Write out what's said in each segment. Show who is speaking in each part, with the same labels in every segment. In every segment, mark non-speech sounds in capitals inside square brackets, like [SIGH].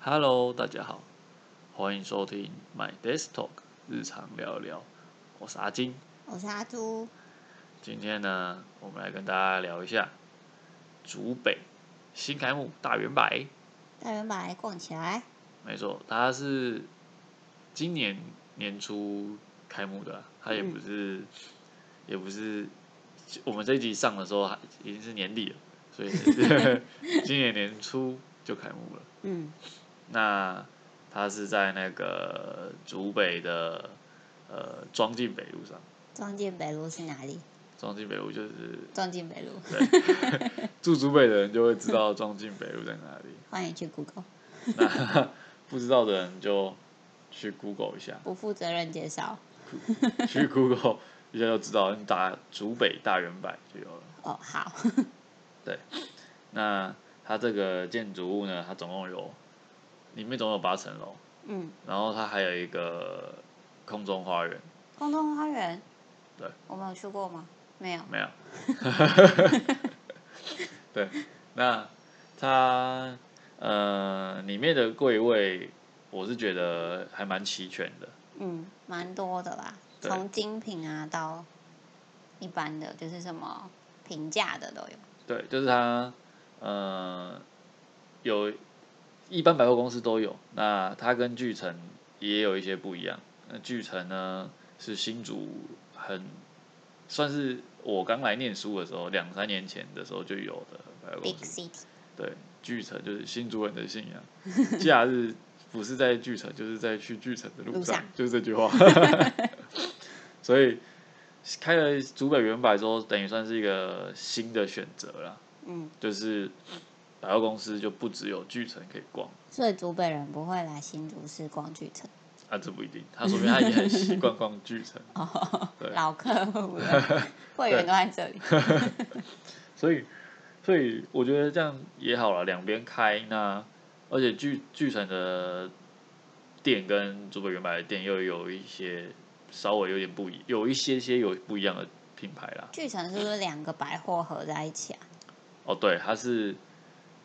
Speaker 1: Hello，大家好，欢迎收听 My Desk Talk 日常聊一聊，我是阿金。
Speaker 2: 我是阿朱。
Speaker 1: 今天呢，我们来跟大家聊一下竹北新开幕大圆柏。
Speaker 2: 大圆柏逛起来，
Speaker 1: 没错，它是今年年初开幕的啦，它也
Speaker 2: 嗯
Speaker 1: 不是，也不是，我们这一集上的时候还已经是年底了，所以 [LAUGHS] 今年年初就开幕了。
Speaker 2: 嗯，
Speaker 1: 那它是在那个竹北的呃庄敬北路上，
Speaker 2: 庄敬北路是哪里？
Speaker 1: 庄敬北路就是
Speaker 2: 庄敬北路， [LAUGHS]
Speaker 1: 对住竹北的人就会知道庄敬北路在哪里，
Speaker 2: 欢迎去 Google，
Speaker 1: 那不知道的人就去 Google 一下。 [LAUGHS]
Speaker 2: 不负责任介绍。
Speaker 1: 去 Google 一下就知道，你打竹北大圆柏就有了。
Speaker 2: 哦，好，
Speaker 1: 那它这个建筑物呢，它总共有里面总共有八层楼，
Speaker 2: [LAUGHS] 嗯，
Speaker 1: 然后它还有一个空中花园，
Speaker 2: 空中花园，
Speaker 1: 对，
Speaker 2: 我们有去过吗？没有，
Speaker 1: 没有？对，那它呃里面的柜位，我是觉得还蛮齐全的。
Speaker 2: 嗯，蛮多的啦，
Speaker 1: 对
Speaker 2: 从精品啊到一般的，就是什么平价的都有。
Speaker 1: 对，就是它，呃，有一般百货公司都有，那它跟巨城也有一些不一样。那巨城呢是新竹很算是我刚来念书的时候，两三年前的时候就有的百货
Speaker 2: Big
Speaker 1: 公司。
Speaker 2: City，
Speaker 1: 对，巨城就是新竹人的信仰，假日不是在巨城，就是在去巨城的路
Speaker 2: 路上
Speaker 1: [LAUGHS] 就是这句话。所以开了竹北原百之后，等于算是一个新的选择啦。
Speaker 2: 嗯，
Speaker 1: 就是百货公司就不只有巨城可以逛，
Speaker 2: 所以竹北人不会来新竹市逛巨城，
Speaker 1: 啊，这不一定，他说明他已经很习惯逛巨城，对
Speaker 2: 老客
Speaker 1: [LAUGHS]
Speaker 2: 户了会员都在这里。
Speaker 1: 所以，所以我觉得这样也好了，两边开那，而且巨巨城的店跟竹北原版的店又有一些稍微有点不一，有一些些有不一样的品牌啦。
Speaker 2: 巨城是不是两个百货合在一起啊？
Speaker 1: 哦，对，它是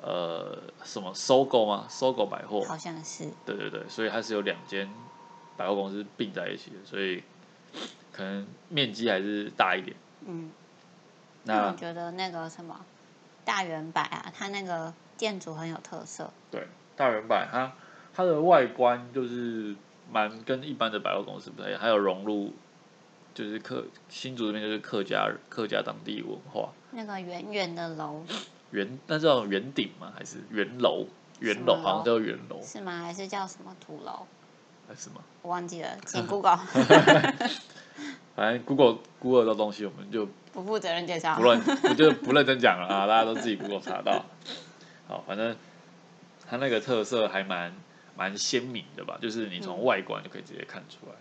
Speaker 1: 呃什么搜狗吗？搜狗百货，
Speaker 2: 好像是，
Speaker 1: 对对对，所以它是有两间百货公司并在一起的，所以可能面积还是大一点。
Speaker 2: 嗯。那
Speaker 1: 那
Speaker 2: 我觉得那个什么大圆柏啊，它那个建筑很有特色，
Speaker 1: 对大圆柏，它它的外观就是蛮跟一般的百货公司不太一样，还有融入就是客新竹这边就是客家客家当地文化
Speaker 2: 那个圆圆的楼
Speaker 1: 圆，那是叫圆顶吗？还是圆楼？圆
Speaker 2: 什
Speaker 1: 楼
Speaker 2: 么楼
Speaker 1: 好像叫圆楼
Speaker 2: 是吗？还是叫什么土楼？
Speaker 1: 还是什么？
Speaker 2: 我忘记了，请 Google， [LAUGHS]
Speaker 1: 反正 Google Google 到东西，我们就
Speaker 2: 不负责任介
Speaker 1: [LAUGHS]
Speaker 2: 绍
Speaker 1: 不。认，我就不认真讲了啊，大家都自己 Google 查到。好，反正它那个特色还蛮蛮鲜明的吧，就是你
Speaker 2: 嗯
Speaker 1: 从外观就可以直接看出来。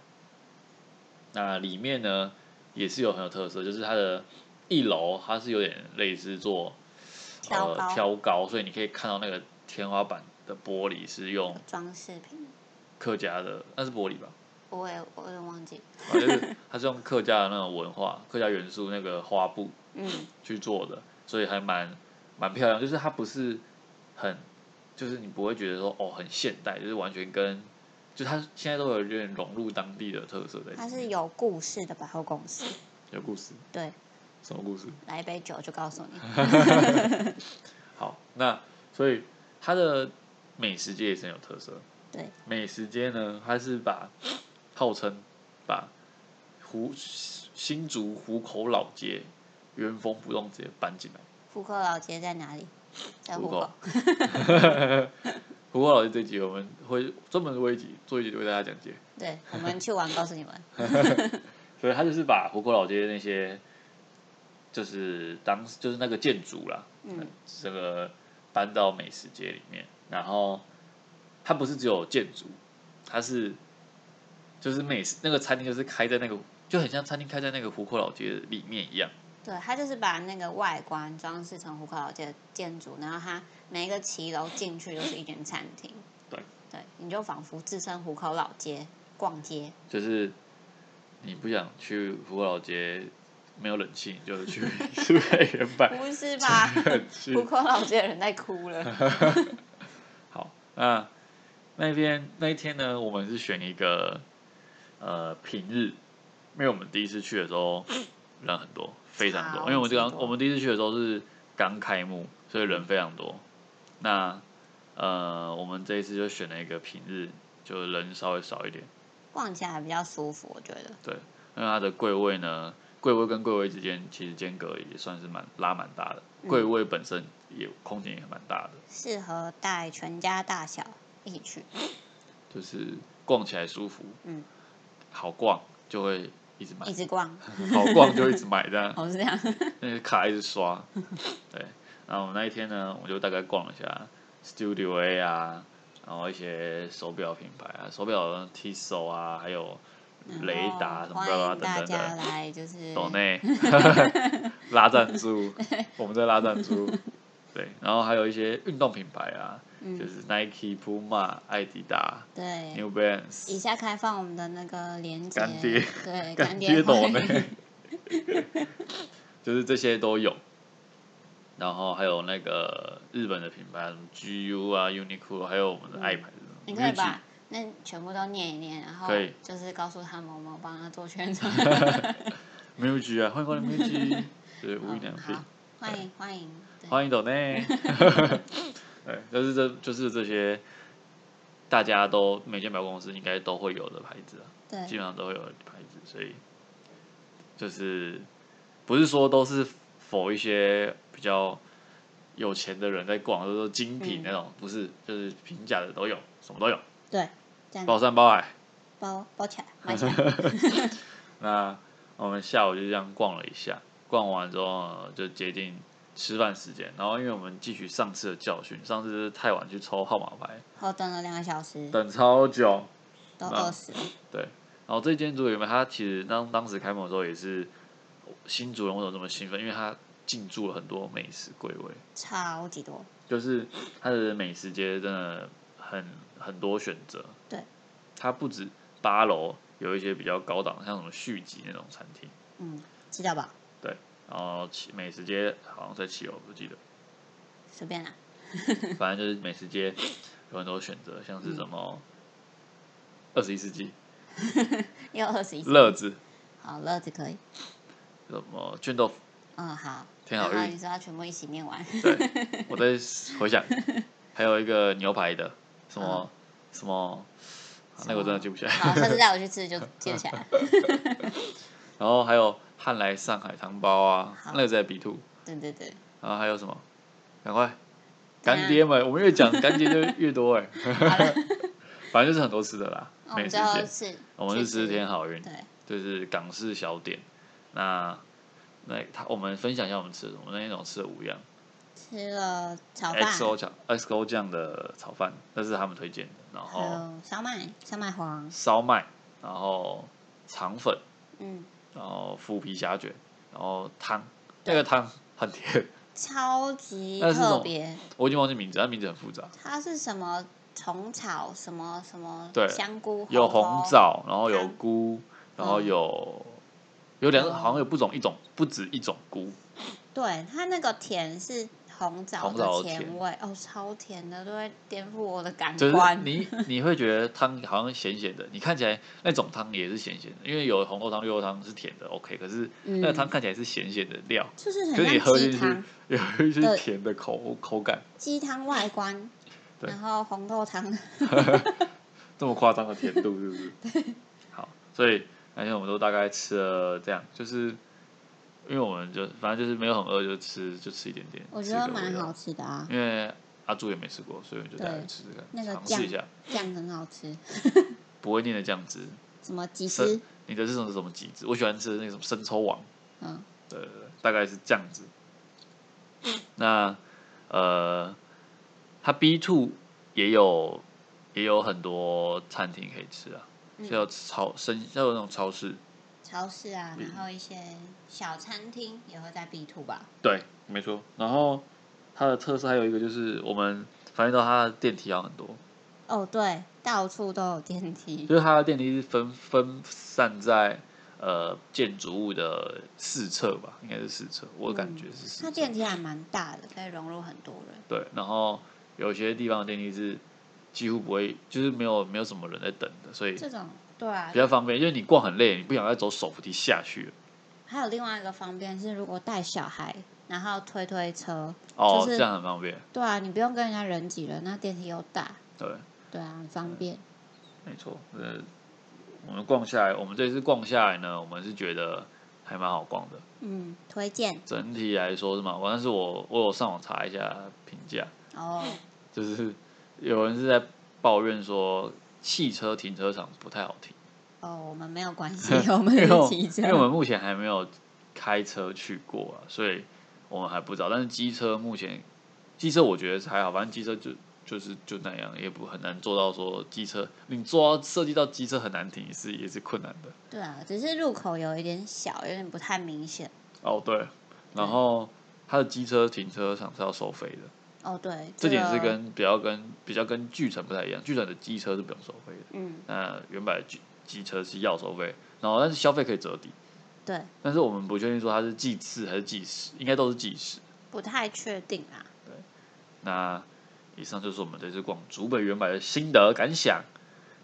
Speaker 1: 那里面呢也是有很有特色，就是它的一楼它是有点类似做
Speaker 2: 挑高
Speaker 1: 呃挑高，所以你可以看到那个天花板的玻璃是用
Speaker 2: 装饰品，
Speaker 1: 客家的，那是玻璃吧？
Speaker 2: 我也我有点忘记。
Speaker 1: 反正就是它是用客家的那种文化、客家元素那个花布
Speaker 2: 嗯，
Speaker 1: 去做的，所以还蛮蛮漂亮。就是它不是很，就是你不会觉得说哦很现代，就是完全跟，就它现在都有点融入当地的特色在里面。
Speaker 2: 它是有故事的百货公司。
Speaker 1: 有故事，
Speaker 2: 对，
Speaker 1: 什么故事？
Speaker 2: 来一杯酒就告诉你。
Speaker 1: 好，那所以它的美食街也是很有特色。
Speaker 2: 对，
Speaker 1: 美食街呢，它是把号称把湖新竹湖口老街、原封不动直接搬进来。
Speaker 2: 福克老街在哪里？在
Speaker 1: 虎
Speaker 2: 户
Speaker 1: 口
Speaker 2: 口。
Speaker 1: [LAUGHS] 胡口老师这集我们会专门为一集做一集为大家讲解，
Speaker 2: 对，我们去玩，告诉你们。
Speaker 1: 所以他就是把虎口老街那些，就是当就是那个建筑啦，
Speaker 2: 嗯，
Speaker 1: 这个搬到美食街里面，然后它不是只有建筑，它是就是美食那个餐厅就是开在那个就很像餐厅开在那个虎口老街里面一样，
Speaker 2: 对，它就是把那个外观装饰成虎口老街的建筑，然后它每一个骑楼进去就是一间餐厅。
Speaker 1: [LAUGHS] 对，
Speaker 2: 对，你就仿佛置身虎口老街逛街，
Speaker 1: 就是你不想去虎口老街没有冷气，你就去 [LAUGHS] 苏北原版
Speaker 2: 不
Speaker 1: [LAUGHS]
Speaker 2: 是吧？
Speaker 1: 冷气
Speaker 2: 虎口老街的人在哭了。
Speaker 1: 好，那那边那一天呢，我们是选一个呃平日，因为我们第一次去的时候人很多，非常多。
Speaker 2: 超
Speaker 1: 因为我们
Speaker 2: 级
Speaker 1: 刚
Speaker 2: 多
Speaker 1: 我们第一次去的时候是刚开幕，所以人非常多。那呃，我们这一次就选了一个平日，就人稍微少一点。
Speaker 2: 逛起来比较舒服，我觉得。
Speaker 1: 因为它的柜位呢，柜位跟柜位之间其实间隔也算是蛮拉蛮大的，
Speaker 2: 嗯
Speaker 1: 柜位本身也空间也蛮大的，
Speaker 2: 适合带全家大小一起去。
Speaker 1: 就是逛起来舒服，
Speaker 2: 嗯，
Speaker 1: 好逛就会一直买
Speaker 2: 一，直逛，
Speaker 1: [LAUGHS] 好逛就一直买这样，
Speaker 2: 哦，是这样。
Speaker 1: 那个卡一直刷，对。然后我那一天呢，我就大概逛了一下 Studio A 啊，然后一些手表品牌啊，手表 Tissot 啊，还有 [LAUGHS] 雷达什么
Speaker 2: 欢
Speaker 1: 的啊等
Speaker 2: 迎大
Speaker 1: 等的。
Speaker 2: 家来，就是
Speaker 1: 岛内 [LAUGHS] 拉赞助，我们在拉赞助，对，然后还有一些运动品牌啊，就
Speaker 2: 嗯，
Speaker 1: 是 Nike、Puma、艾迪达、
Speaker 2: 对，
Speaker 1: New Balance，
Speaker 2: 以下开放我们的那个连接，
Speaker 1: 干爹
Speaker 2: 对，干
Speaker 1: 干爹岛
Speaker 2: 会
Speaker 1: 内， [LAUGHS] 就是这些都有。然后还有那个日本的品牌，什么 GU 啊、Uniqlo，还有我们的
Speaker 2: 嗯
Speaker 1: 爱牌子，
Speaker 2: 你可以
Speaker 1: Muji
Speaker 2: 把那全部都念一念，然后
Speaker 1: 可以
Speaker 2: 就是告诉他们，我们帮他做
Speaker 1: [LAUGHS]
Speaker 2: 宣传。
Speaker 1: Muji 啊，欢迎光
Speaker 2: [LAUGHS]
Speaker 1: 临 Muji，对，无印良
Speaker 2: 嗯
Speaker 1: 品。
Speaker 2: 好，欢迎欢迎，对
Speaker 1: 欢迎抖内。 [LAUGHS] 对，就是这就是这些，大家都每间百货公司应该都会有的牌子啊，基本
Speaker 2: 对，
Speaker 1: 上都会有的牌子，所以就是不是说都是否一些比较有钱的人在逛，就是说精品
Speaker 2: 嗯
Speaker 1: 那种，不是，就是平价的都有，什么都有，
Speaker 2: 这样
Speaker 1: 包
Speaker 2: 子
Speaker 1: 山包海。
Speaker 2: 包
Speaker 1: [LAUGHS]
Speaker 2: 包起来，买起来，
Speaker 1: 那我们下午就这样逛了一下，逛完之后呃就接近吃饭时间，然后因为我们汲取上次的教训，上次是太晚去抽号码牌，
Speaker 2: 后等了两个小时，
Speaker 1: 等超久。
Speaker 2: 都
Speaker 1: 那
Speaker 2: 饿死了。
Speaker 1: 然后这间主有没有？他其实当当时开幕的时候也是新主人为什么这么兴奋？因为他进驻了很多美食柜位，
Speaker 2: 超级多，
Speaker 1: 就是他的美食街真的很很多选择。
Speaker 2: 对，
Speaker 1: 它不止八楼有一些比较高档，像什么续集那种餐厅。
Speaker 2: 嗯，吃到饱，
Speaker 1: 然后七美食街好像在七楼，不记
Speaker 2: [LAUGHS]
Speaker 1: 得，
Speaker 2: 随便啦。
Speaker 1: 反正就是美食街有很多选择，像
Speaker 2: 嗯
Speaker 1: 是什么二十一世纪、
Speaker 2: 又二十一，
Speaker 1: 乐子、
Speaker 2: 好，乐子可以。
Speaker 1: 什么卷豆腐，
Speaker 2: 嗯，好。
Speaker 1: 天好
Speaker 2: 然后你
Speaker 1: 运，
Speaker 2: 说要全部一起念
Speaker 1: 啊
Speaker 2: 完，
Speaker 1: 对我在回
Speaker 2: [LAUGHS]
Speaker 1: 想，还有一个牛排的，什
Speaker 2: 嗯
Speaker 1: 么、什么，啊那个我真的记不起来。
Speaker 2: [LAUGHS] 好，下次带我去
Speaker 1: [LAUGHS]
Speaker 2: 吃就记得起来。
Speaker 1: 然后还有汉来上海汤包啊，
Speaker 2: 好
Speaker 1: 那个在 B two，
Speaker 2: 对对对，
Speaker 1: 然后还有什么？赶快，
Speaker 2: 怎样
Speaker 1: 干爹们，我们越讲干爹就越多哎、
Speaker 2: 啊好了，
Speaker 1: [LAUGHS] 反正就是很多吃的啦
Speaker 2: 那，我
Speaker 1: 美
Speaker 2: 们
Speaker 1: 食
Speaker 2: 哦最
Speaker 1: 街。
Speaker 2: 后是
Speaker 1: 我们是
Speaker 2: 去
Speaker 1: 吃
Speaker 2: 吃
Speaker 1: 天好运，
Speaker 2: 对，
Speaker 1: 就是港式小点。那那他我们分享一下我们吃的什么？我们那天总共吃了五样
Speaker 2: 吃了炒饭，
Speaker 1: ，XO 酱 XO 酱的炒饭，那是他们推荐的。然
Speaker 2: 还
Speaker 1: 后
Speaker 2: 有烧麦、烧麦黄，
Speaker 1: 烧麦，然后肠粉，
Speaker 2: 嗯，
Speaker 1: 然后腐皮虾卷，然后汤，那个汤很甜，
Speaker 2: 超级
Speaker 1: 那是什么
Speaker 2: 特别。
Speaker 1: 我已经忘记名字，它名字很复杂，
Speaker 2: 它是什么虫草什么什么
Speaker 1: 对
Speaker 2: 香菇，
Speaker 1: 有
Speaker 2: 猴
Speaker 1: 红
Speaker 2: 头，
Speaker 1: 枣，然后有
Speaker 2: 汤
Speaker 1: 菇，然后
Speaker 2: 嗯
Speaker 1: 有有两个，
Speaker 2: 哦
Speaker 1: 好像有不种一种，不止一种菇，
Speaker 2: 对，它那个甜是红枣
Speaker 1: 红枣的
Speaker 2: 的
Speaker 1: 甜
Speaker 2: 甜味，哦，超甜的，都会颠覆我的感
Speaker 1: 就是
Speaker 2: 官。
Speaker 1: 你你会觉得汤好像咸咸的，你看起来那种汤也是咸咸的，因为有红豆汤、绿豆汤是甜的，OK，可是那个
Speaker 2: 嗯
Speaker 1: 汤看起来是咸咸的料，
Speaker 2: 就是
Speaker 1: 可是你
Speaker 2: 很像
Speaker 1: 喝进去
Speaker 2: 鸡汤，
Speaker 1: 有一些
Speaker 2: 对
Speaker 1: 甜的口口感，
Speaker 2: 鸡汤外观，
Speaker 1: 对
Speaker 2: 然后红
Speaker 1: [LAUGHS]
Speaker 2: 豆汤，
Speaker 1: 这么夸张的甜度是不
Speaker 2: [LAUGHS]
Speaker 1: 是？好，所以哎那天我们都大概吃了这样，就是因为我们就反正就是没有很饿，就吃就吃一点点，
Speaker 2: 我觉
Speaker 1: 吃
Speaker 2: 得
Speaker 1: 个
Speaker 2: 蛮
Speaker 1: 味道
Speaker 2: 好，吃的啊，
Speaker 1: 因为阿朱也没吃过，所以我就带他
Speaker 2: 对
Speaker 1: 去吃吃看，
Speaker 2: 那个
Speaker 1: 尝试一下
Speaker 2: 酱酱很好吃，
Speaker 1: 不会念的酱汁，
Speaker 2: 什么鸡
Speaker 1: 是
Speaker 2: 丝，
Speaker 1: 你的是什么什么极致？我喜欢吃那个什么生抽王。
Speaker 2: 嗯，
Speaker 1: 对，大概是这样子。那呃，它 B two 也有也有很多餐厅可以吃啊，
Speaker 2: 嗯
Speaker 1: 就有超生就有那种超市，
Speaker 2: 超市啊，
Speaker 1: 嗯
Speaker 2: 然后一些小餐厅也会在 B two 吧，
Speaker 1: 对，没错。然后它的特色还有一个就是我们发现到它的电梯好像很多，
Speaker 2: 哦，对，到处都有电梯，
Speaker 1: 就是它的电梯是分分散在。呃，建筑物的四侧吧，应该是四侧，我感
Speaker 2: 嗯
Speaker 1: 觉是四侧。
Speaker 2: 它电梯还蛮大的，可以容入很多人，
Speaker 1: 对，然后有些地方的电梯是几乎不会，就是没有没有什么人在等的，所以
Speaker 2: 这种对啊
Speaker 1: 比。较方便。因为你逛很累，你不想再走手扶梯下去了
Speaker 2: 还有另外一个方便是，如果带小孩，然后推推车，
Speaker 1: 哦，
Speaker 2: 就是
Speaker 1: 这样很方便。
Speaker 2: 对啊，你不用跟人家人挤了，那电梯又大，
Speaker 1: 对，
Speaker 2: 对啊，很方便。
Speaker 1: 没错。呃，我们逛下来，我们这次逛下来呢，我们是觉得还蛮好逛的。
Speaker 2: 嗯，推荐
Speaker 1: 整体来说是蛮好逛，但是我我有上网查一下评价，
Speaker 2: 哦，
Speaker 1: 就是有人是在抱怨说汽车停车场不太好停，
Speaker 2: 哦，我们没有关
Speaker 1: [LAUGHS]
Speaker 2: 系，我们
Speaker 1: 因为我
Speaker 2: 是
Speaker 1: 们
Speaker 2: 骑
Speaker 1: 因为我
Speaker 2: 车。
Speaker 1: 们目前还没有开车去过啊，所以我们还不知道。但是机车目前，机车我觉得还好，反正机车就就是就那样，也不很难做到说机车你做到设计到机车很难停是也是困难的。
Speaker 2: 对啊，只是入口有一点小，有点不太明显。
Speaker 1: 哦，对，然后它的机车停车场是要收费的。
Speaker 2: 哦，对，
Speaker 1: 这点
Speaker 2: 个
Speaker 1: 是跟比较跟比较跟巨城不太一样，巨城的机车是不用收费的，
Speaker 2: 嗯，
Speaker 1: 那原版的机机车是要收费，然后但是消费可以折抵，
Speaker 2: 对，
Speaker 1: 但是我们不确定说它是计次还是计时，应该都是计时。
Speaker 2: 不太确定啊。
Speaker 1: 那以上就是我们这次逛竹北原版的心得感想，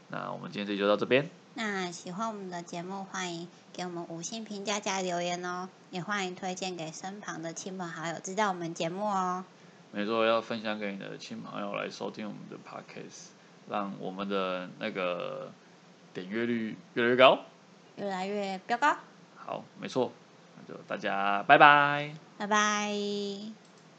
Speaker 1: 那我们今天这集就到这边，
Speaker 2: 那喜欢我们的节目，欢迎给我们五星评价加留言哦，也欢迎推荐给身旁的亲朋好友知道我们节目哦。
Speaker 1: 没错，要分享给你的亲朋友来收听我们的 podcast，让我们的那个点阅率越来越高。
Speaker 2: 越来越飙高，
Speaker 1: 好，没错，那就大家拜拜。
Speaker 2: 拜拜。